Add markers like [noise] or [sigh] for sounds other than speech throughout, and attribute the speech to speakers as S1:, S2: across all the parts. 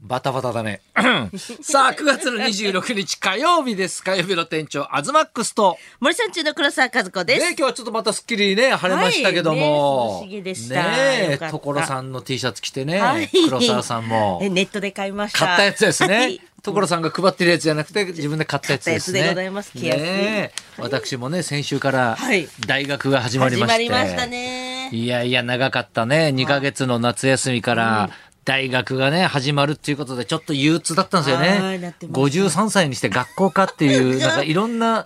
S1: バタバタだね。
S2: [laughs] さあ、9月の26日火曜日です。火曜日の店長、アズマックスと。
S3: 森さん中の黒沢和子です。
S2: ね、今日はちょっとまたすっきりね、晴れましたけども。
S3: はいね涼しげでした
S2: ね
S3: よかった
S2: 所さんの T シャツ着てね、
S3: はい
S2: 黒沢さんも
S3: [laughs] え。ネットで買いました。
S2: 買ったやつですね。
S3: はい
S2: 所さんが配ってるやつじゃなくて、自分で買ったやつですね。
S3: 買ったやつでございます着やすい
S2: ね私もね、先週から
S3: はい
S2: 大学が始まり
S3: 始
S2: まして。
S3: まりましたね。
S2: いやいや、長かったね。2ヶ月の夏休みから、大学がね、始まるっていうことで、ちょっと憂鬱だったんですよ
S3: はいな
S2: ね
S3: っ。てます
S2: 53歳にして学校かって
S3: [laughs]
S2: いう、なんかいろんな、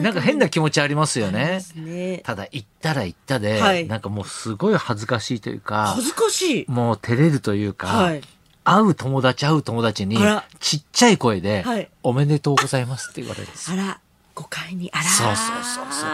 S2: なんか変な気持ちありますよね
S3: です。ね。
S2: ただ、行ったら行ったで、
S3: はい
S2: なんかもうすごい恥ずかしいというか
S3: 恥、ずかしい。
S2: もう照れるというか、
S3: はい
S2: 会う友達会う友達に
S3: あら、
S2: ちっちゃい声で、
S3: はい
S2: おめでとうございますって言われるんです
S3: あら、誤解にあら。
S2: そうそうそうそう。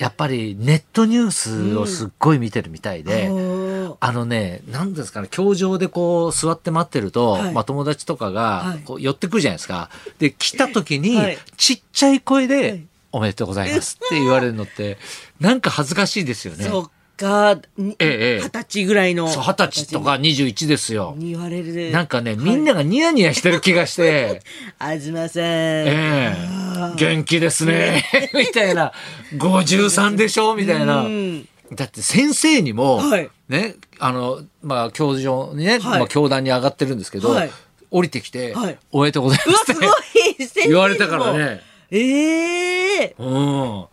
S2: やっぱりネットニュースをすっごい見てるみたいで、
S3: おー
S2: あのね、なんですかね、教場でこう座って待ってると、
S3: はい
S2: まあ友達とか
S3: は
S2: が
S3: い
S2: こう寄ってくるじゃないですか。で、来た時に、
S3: はい
S2: ちっちゃい声で、
S3: い
S2: おめでとうございますって言われるのって、なんか恥ずかしいですよね。
S3: そっか、に
S2: ええええ
S3: 二十歳ぐらいの。
S2: そう二十歳とか21ですよ。
S3: に言われるで。
S2: なんかね、みんながニヤニヤしてる気がして、
S3: [laughs] 東さん。
S2: ええ元気ですね。 [laughs] みたいな、53でしょみたいな。
S3: うん
S2: だって先生にも、
S3: はい
S2: ね、あの、まあ、教場にね、
S3: はい
S2: まあ、教壇に上がってるんですけど、
S3: はい
S2: 降りてきて、
S3: はい
S2: おめでとうございうま
S3: わ、
S2: す
S3: す
S2: っ
S3: ご
S2: て
S3: い。先生にも
S2: 言われたから。ね。
S3: ええ。
S2: うん。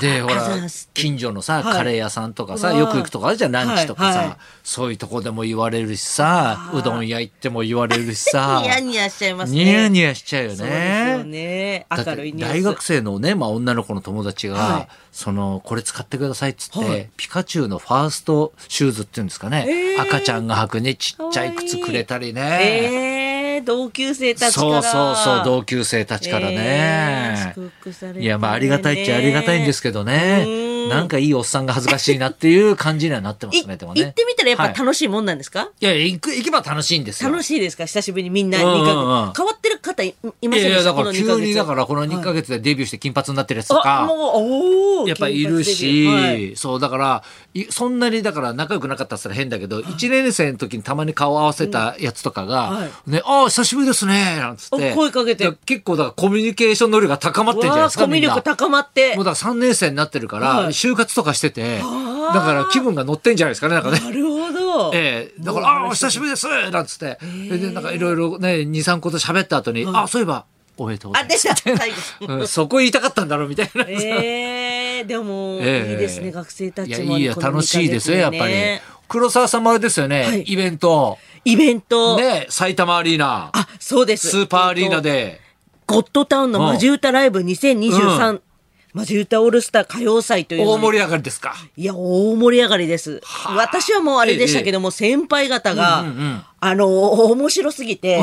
S2: で、ほら
S3: ありがとうございます、
S2: 近所のさ、
S3: はい
S2: カレー屋さんとかさ、
S3: うわ
S2: よく行くとこあるじゃん、ランチとかさ、
S3: はいはい
S2: そういうとこでも言われるしさ、うどん屋行っても言われるしさ、
S3: [laughs] ニヤニヤしちゃいますね。
S2: ニヤニヤしちゃうよ
S3: そうですよね。
S2: だっ
S3: 明る
S2: て
S3: いニュース。
S2: 大学生のね、まあ、女の子の友達が、
S3: はい
S2: そのこれ使ってくださいっつって、
S3: はい
S2: ピカチュウのファーストシューズっていうんですかね、
S3: えー
S2: 赤ちゃんが履くねちっちゃい靴くれたりね
S3: ええ同級生たちか
S2: そ
S3: ら。
S2: うそうそう同級生たちからね
S3: え、ー祝福されてね
S2: いやまあありがたいっちゃありがたいんですけどね
S3: うん
S2: なんかいいおっさんが恥ずかしいなっていう感じにはなってま
S3: い
S2: すねでもね
S3: 行ってみたらやっぱ
S2: はい
S3: 楽しいもんなんですか、
S2: いやいや行く行けば楽しいんですよ
S3: 楽しいですか久しぶりにみんな
S2: う
S3: 2
S2: んうんうん
S3: ヶ月、変わってる方いいま
S2: い
S3: せ
S2: や
S3: ん
S2: いや
S3: でした
S2: だから急にだかららこの2ヶ月でデビューして金髪になってるやつとか、
S3: あもうおー
S2: やっぱいるし、
S3: 金髪デビューはい
S2: そうだからいそんなにだから仲良くなかったっつったら変だけど、一1年生の時にたまに顔合わせたやつとかが「
S3: はい
S2: ね、ああ久しぶりですね」なんつって
S3: お声かけて
S2: だら結構だからコミュニケーション能力が高まってんじゃない
S3: わ
S2: で
S3: あ
S2: すか
S3: コミ
S2: み
S3: ュ
S2: んな
S3: 力高まって
S2: もうだから3年生になってるから、
S3: はい
S2: 就活とかしててだ
S3: あー
S2: から気分が乗ってんじゃないですかねなんか
S3: [laughs]
S2: ね。
S3: なるほど、
S2: ええだから、ああ、お久しぶりですなんつって、で、なんかいろいろね、2、3個と喋った後に、ああ、そういえば、おめでとうござい
S3: あ
S2: ま。
S3: ですした最後
S2: [laughs] うんそこ言いたかったんだろうみたいな。
S3: ええでも、
S2: ええ
S3: いいですね学生た
S2: い
S3: ち
S2: や、
S3: も
S2: いいや、
S3: この
S2: 楽しいですよ、やっ
S3: 二ヶ
S2: ぱ
S3: 月
S2: り
S3: でね。
S2: 黒沢さんもあれですよね、
S3: はい
S2: イベント、
S3: イベント、
S2: ね、埼玉アリーナ、
S3: あそうです
S2: スーパーアリーナで、
S3: ゴッドタウンのマジ歌ライブ2023、
S2: う
S3: マジ歌オールスター歌謡祭というの
S2: 大
S3: に
S2: 盛り上がりですか。
S3: いや大盛り上がりです私はもうあれでしたけども、先輩方が、
S2: うんうんうん
S3: あの面白すぎて、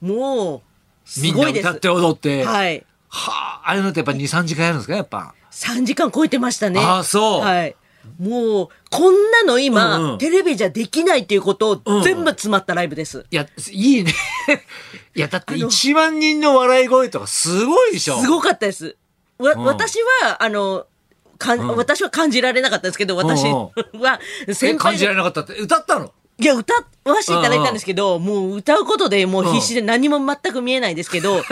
S3: もうす
S2: みん
S3: ご
S2: ない
S3: です
S2: 歌って踊って。は
S3: はい
S2: あ、あれのってやっぱ2、3時間やるんですか、やっぱ。
S3: 3時間超えてましたね
S2: あそう
S3: はいもうこんなの今、
S2: うんうん
S3: テレビじゃできないっていうこと
S2: うんう
S3: を
S2: ん
S3: 全部詰まったライブです、
S2: いや、い
S3: [laughs]
S2: いね。いや、だって1万人の笑い声とかすごいでしょ。
S3: すごかったです。わ、
S2: ん
S3: 私は、あの、かん、
S2: うん
S3: 私は感じられなかったですけど、私
S2: うん
S3: は、
S2: え
S3: 先
S2: 感
S3: 輩
S2: じら
S3: が
S2: れなかったって、歌ったの
S3: いや、歌わせていただいたんですけど、もう歌うことでもう必死で何も全く見えないです
S2: [laughs]
S3: けど、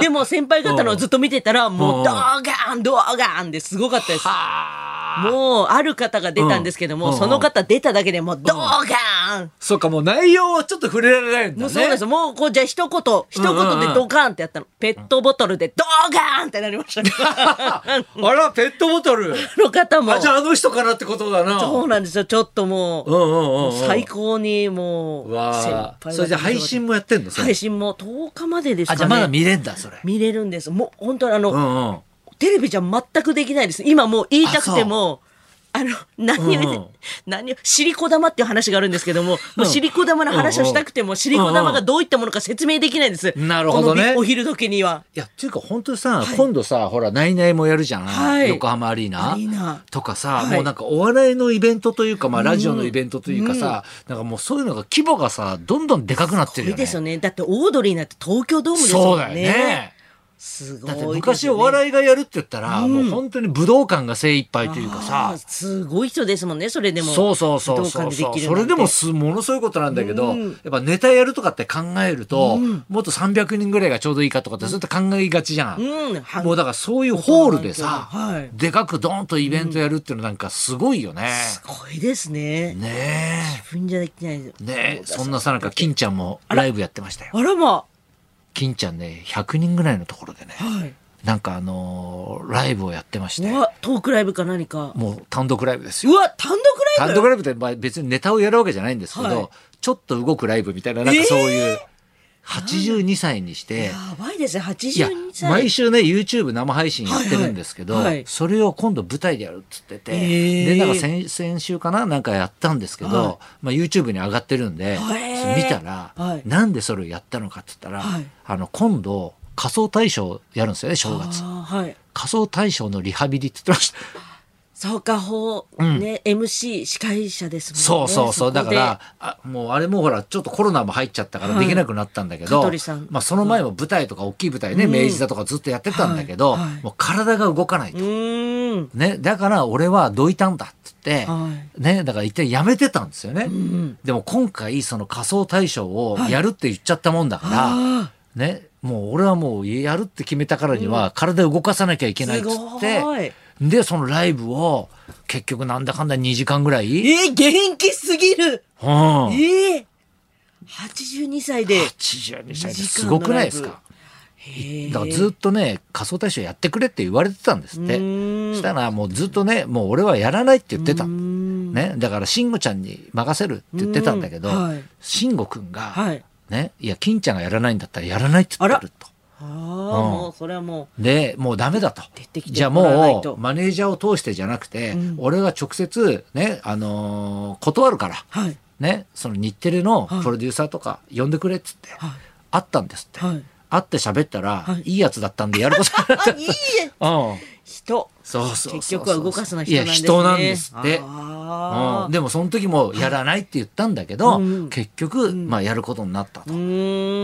S3: でも先輩方のをずっと見てたら、
S2: うん
S3: もうドーガーン、ドーガーンですごかったです。
S2: はあ。
S3: もう、ある方が出たんですけど
S2: うん
S3: も、
S2: うん
S3: その方出ただけでもう、ドーガーン
S2: そうか、もう内容はちょっと触れられないんだね。
S3: もうそうなんですよ。もう、こう、じゃあ一言、一言でドカーンってやったの。ペットボトルでドーガーンってなりました。
S2: [laughs]
S3: あ
S2: [laughs] あら、ペットボトル。
S3: の方 [laughs] も。
S2: あ、じゃああの人からってことだな。
S3: そうなんですよ。ちょっとも
S2: う
S3: う、
S2: んうんうんうん
S3: もう最高にもう、
S2: うわあ
S3: 方
S2: それじゃあ配信もやってんのそれ
S3: 配信も10日までですか
S2: あ、
S3: ね。
S2: じゃあまだ見れんだ、それ。
S3: 見れるんです。もう本当にあの、
S2: うんうん。
S3: テレビじゃ全くできないです。今もう言いたくても、あの、何を、
S2: うんうん
S3: [laughs] 何を、シリコ玉っていう話があるんですけども、
S2: うん
S3: もうシリコ玉の話をしたくても、シリコ玉がどういったものか説明できないです。
S2: んうんなるほどね
S3: このお昼時には。
S2: いや、っていうか本当にさ、今度さ、ほら、ナイナイもやるじゃん。
S3: はい
S2: 横浜アリーナ。
S3: アリーナ
S2: とかさ、
S3: はい
S2: もうなんかお笑いのイベントというか、まあラジオのイベントというかさ、なんかもうそういうのが規模がさ、どんどんでかくなって
S3: い
S2: るよ
S3: い
S2: ね。
S3: ですよね。だってオードリーなんて東京ドームです
S2: そ
S3: も
S2: うんだよね。
S3: すごい
S2: だっ
S3: です
S2: て
S3: よね。
S2: 昔お笑いがやるって言ったら、もう本当に武道館が精一杯というか
S3: あ
S2: さ
S3: ー、すごい人ですもんね、それでも。
S2: そうそうそう
S3: 武道
S2: そ
S3: 館
S2: う
S3: でで
S2: そ
S3: きる
S2: れで
S3: なん
S2: も
S3: て
S2: すものすごいことなんだけど、
S3: うん
S2: やっぱネタやるとかって考えると、もっと300人ぐらいがちょうどいいかとかってずっと考えがちじゃん、
S3: うん、は
S2: もうだからそういうホールでさ、
S3: はい
S2: でかくドーンとイベントやるっていうのなんかすごいよね、
S3: すごいですね。
S2: ねえ
S3: 自分じゃできないです。
S2: ねえ、そんなさなか、金ちゃんもライブやってましたよ。
S3: あらま。
S2: 金ちゃんね、100人ぐらいのところでね、
S3: はい。
S2: なんかあのーライブをやってまして
S3: う、わ、トークライブか何か。
S2: もう単独ライブです
S3: う
S2: よ。
S3: わ、単独ラ
S2: 単
S3: イブ
S2: 独ライブってまあ別にネタをやるわけじゃないんですけど、
S3: はい
S2: ちょっと動くライブみたいな、なんかそういう、82歳にして、
S3: やばいですね、
S2: いや
S3: 82、歳。
S2: 毎週ね、YouTube 生配信やってるんですけど、
S3: はいはいはい
S2: それを今度舞台でやるっつってて、
S3: ええ
S2: で、なんか先先週かななんかやったんですけど、
S3: は
S2: まあ YouTube に上がってるんで、
S3: へえ
S2: 見たら、
S3: はい
S2: なんでそれをやったのかって言ったら、
S3: はい
S2: あの、今度、仮装大賞やるんですよね、正月。
S3: あーはい。
S2: 仮装大賞のリハビリって言ってました。
S3: そうか、法、ね、MC、司会者ですもんね。
S2: そうそうそう。
S3: こ
S2: だ
S3: で
S2: から、、あもうあれもほら、ちょっとコロナも入っちゃったからできなくなったんだけど、
S3: 香取さん
S2: まあその前も舞台とか大きい舞台ね、明治座とかずっとやってたんだけど、
S3: はいはい
S2: もう体が動かないと。
S3: うーん。
S2: ね、だから俺はどいたんだって言って、
S3: は
S2: ね、だから一体やめてたんですよね。でも今回その仮想大賞をやるって言っちゃったもんだから、
S3: あ
S2: ね、もう俺はもうやるって決めたからには体を動かさなきゃいけないっつって
S3: すごい、
S2: で、そのライブを結局なんだかんだ2時間ぐら
S3: ー
S2: い、
S3: えー、元気すぎる
S2: うん、
S3: ええ82歳で。
S2: 82歳ですごくないですか
S3: へえ
S2: だからずっとね仮想大賞やってくれって言われてたんですって
S3: うーん
S2: したらもうずっとねもう俺はやらないって言ってた
S3: うーん
S2: ね、だから慎吾ちゃんに任せるって言ってたんだけど
S3: うんはい
S2: 慎吾くんが、
S3: はい
S2: ね、いや金ちゃんがやらないんだったらやらないって言ってると。
S3: ああ、もうそれはも
S2: でもうダメだと
S3: 出てきて
S2: じゃあ
S3: もらわない
S2: も
S3: と
S2: うマネージャーを通してじゃなくて、俺が直接ね、あのー断るから、
S3: う。はい。
S2: ね、その日テレの
S3: はい
S2: プロデューサーとか呼んでくれっつって、
S3: はい
S2: 会ったんですって、
S3: はい
S2: 会って喋ったら、
S3: はい
S2: い、いやつだったんでやることになっ
S3: [laughs] あ、
S2: た
S3: いいえ
S2: うん
S3: 人。
S2: そうそうそうそう
S3: 結局は動かすのはい人な
S2: や
S3: んですね。
S2: 人なんですって、
S3: ああ。
S2: うんでもその時もやらないって言ったんだけど、
S3: はいうん
S2: 結局、まあやることになったと、
S3: うー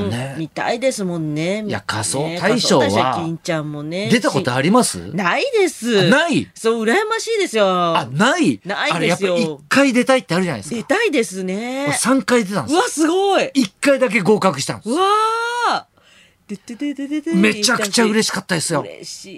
S3: ん、
S2: ね
S3: 見たいですもんね。
S2: いや仮想
S3: ね
S2: 大賞は
S3: 仮想大賞金ちゃんもね。
S2: 出たことあります
S3: しないです。
S2: ない
S3: そう、羨ましいですよ。
S2: あない
S3: ない
S2: あれ
S3: で
S2: やっ
S3: す
S2: ぱ
S3: よ
S2: 1回出たいってあるじゃないです
S3: 出
S2: か
S3: たいですね
S2: 俺。3回出たんです
S3: う
S2: よ
S3: わ、すごい。
S2: 1回だけ合格したんです
S3: うわあ。でででででで
S2: めちゃくちゃ嬉
S3: しい
S2: しかったですよ
S3: 嬉し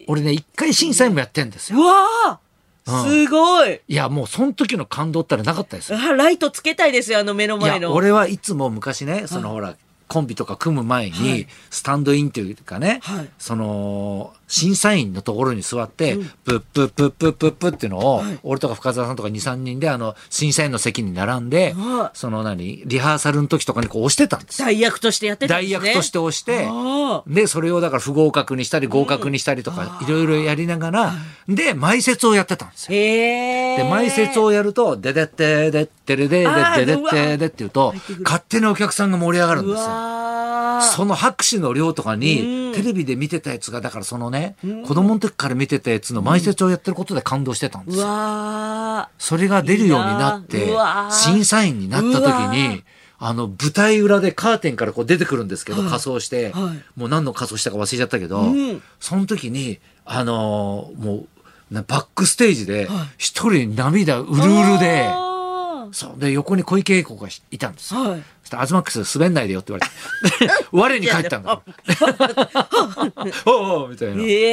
S3: い。
S2: 俺ね1回審査員もやってんですよ
S3: うわあ、
S2: うん
S3: すごい。
S2: いやもうその時の感動ったらなかったですよ
S3: あライトつけたいですよ、あの目の
S2: いや
S3: 前の。
S2: 俺はいつも昔ねそのほら、コンビとか組む前に、
S3: はい
S2: スタンドインというかね、
S3: はい
S2: その審査員のところに座って、プップップップップップっていうのを、
S3: はい
S2: 俺とか深澤さんとか23人であの審査員の席に並んで、
S3: はい
S2: その何リハーサルの時とかにこう押してたんですよ
S3: 代役としてやってたんです
S2: 代
S3: ね。
S2: 役として押して
S3: ああ、
S2: で、それをだから不合格にしたり合格にしたりとか、いろいろやりながら、で、埋設をやってたんですよ。
S3: へえ。
S2: で、埋設をやると、ででってでってれででででってでって言うと
S3: 入ってく、る
S2: 勝手にお客さんが盛り上がるん
S3: う
S2: ですよ。
S3: わあ。
S2: その拍手の量とか
S3: う
S2: に、
S3: ん
S2: テレビで見てたやつが、だからそのね、子供の時から見てたやつの埋設をやってることで感動してたんで
S3: う
S2: すよ。
S3: わあ。
S2: それが出るようになって
S3: いいなうわ、ー
S2: 審査員になった時
S3: うわ
S2: に
S3: ー、
S2: あの、舞台裏でカーテンからこう出てくるんですけど、
S3: はい
S2: 仮装して、
S3: は
S2: もう何の仮装したか忘れちゃったけど、
S3: うん
S2: その時に、あのーもう、なバックステージで
S3: はい、
S2: 一人涙うるうるで、
S3: あ
S2: そう、で、横に小池栄子がいたんです
S3: あ
S2: よ。
S3: はい。
S2: そしたら、アズマックス滑んないでよって言われて、我
S3: [laughs]
S2: に返ったんだ。 [laughs] おうおうみたいな。
S3: え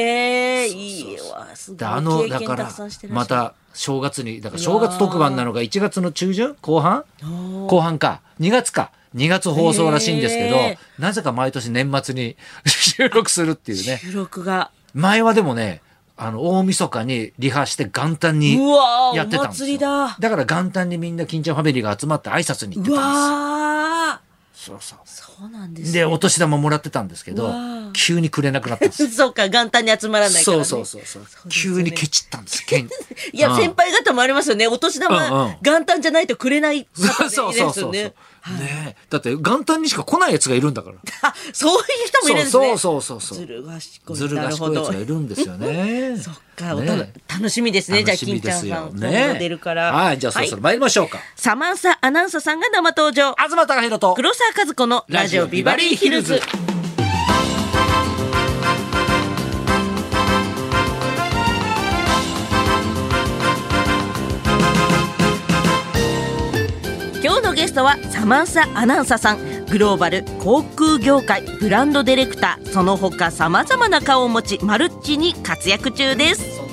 S3: え、
S2: そう
S3: いい
S2: そう
S3: わ。すごい
S2: であの
S3: 経
S2: だ
S3: 験
S2: か
S3: た
S2: ら
S3: くさんしてらっ
S2: ま
S3: しゃる
S2: た正月にだから正月特番なのが1月の中旬後半
S3: ー
S2: 後半か2月か2月放送らしいんですけど、
S3: へ
S2: なぜか毎年年末に [laughs] 収録するっていうね
S3: 収録が。
S2: 前はでもねあの大晦日にリハして元旦に
S3: うわー
S2: やってたんですよ
S3: お祭りだ
S2: から元旦にみんな金ちゃんファミリーが集まって挨拶に行って
S3: う
S2: たんで
S3: わあ。
S2: すよそうそ
S3: そうなんで
S2: う
S3: す
S2: で
S3: ね。
S2: お年玉もらってたんですけ
S3: う
S2: ど
S3: わー
S2: 急にくれなくなったんですよ
S3: そうか、元旦に集まらないから
S2: そ
S3: ね。
S2: うそうそうそう
S3: うですよね
S2: 急にケチったんですよケン
S3: [laughs] いや、
S2: うん
S3: 先輩方もありますよね。お年
S2: うんう
S3: 玉
S2: ん、
S3: 元旦じゃないとくれない方
S2: そ
S3: ね
S2: うそう
S3: いる
S2: そ
S3: ん
S2: う
S3: で
S2: そ
S3: す
S2: う。
S3: よ
S2: ね
S3: ね。
S2: えだって元旦にしか来ないやつがいるんだから。
S3: [laughs] あ、そういう人もいるんですね。
S2: そうそうそうそう
S3: ずる賢い。
S2: ずる賢いやつがいるんですよね。
S3: [laughs] そっか、おた
S2: ね
S3: 楽しみですね。じゃあ、
S2: 楽しみ
S3: 金ち
S2: で
S3: ゃ
S2: す
S3: んさん
S2: よ、
S3: 今後出るから。
S2: はい、じゃあそろそろ参りましょうか。
S3: サマンサアナウンサーさんが生登場。
S2: 東貴博と
S3: 黒沢和子のラジオビバリーヒルズ。トはサマンサ・アナンサさんグローバル航空業界ブランドディレクターその他さまざまな顔を持ちマルチに活躍中です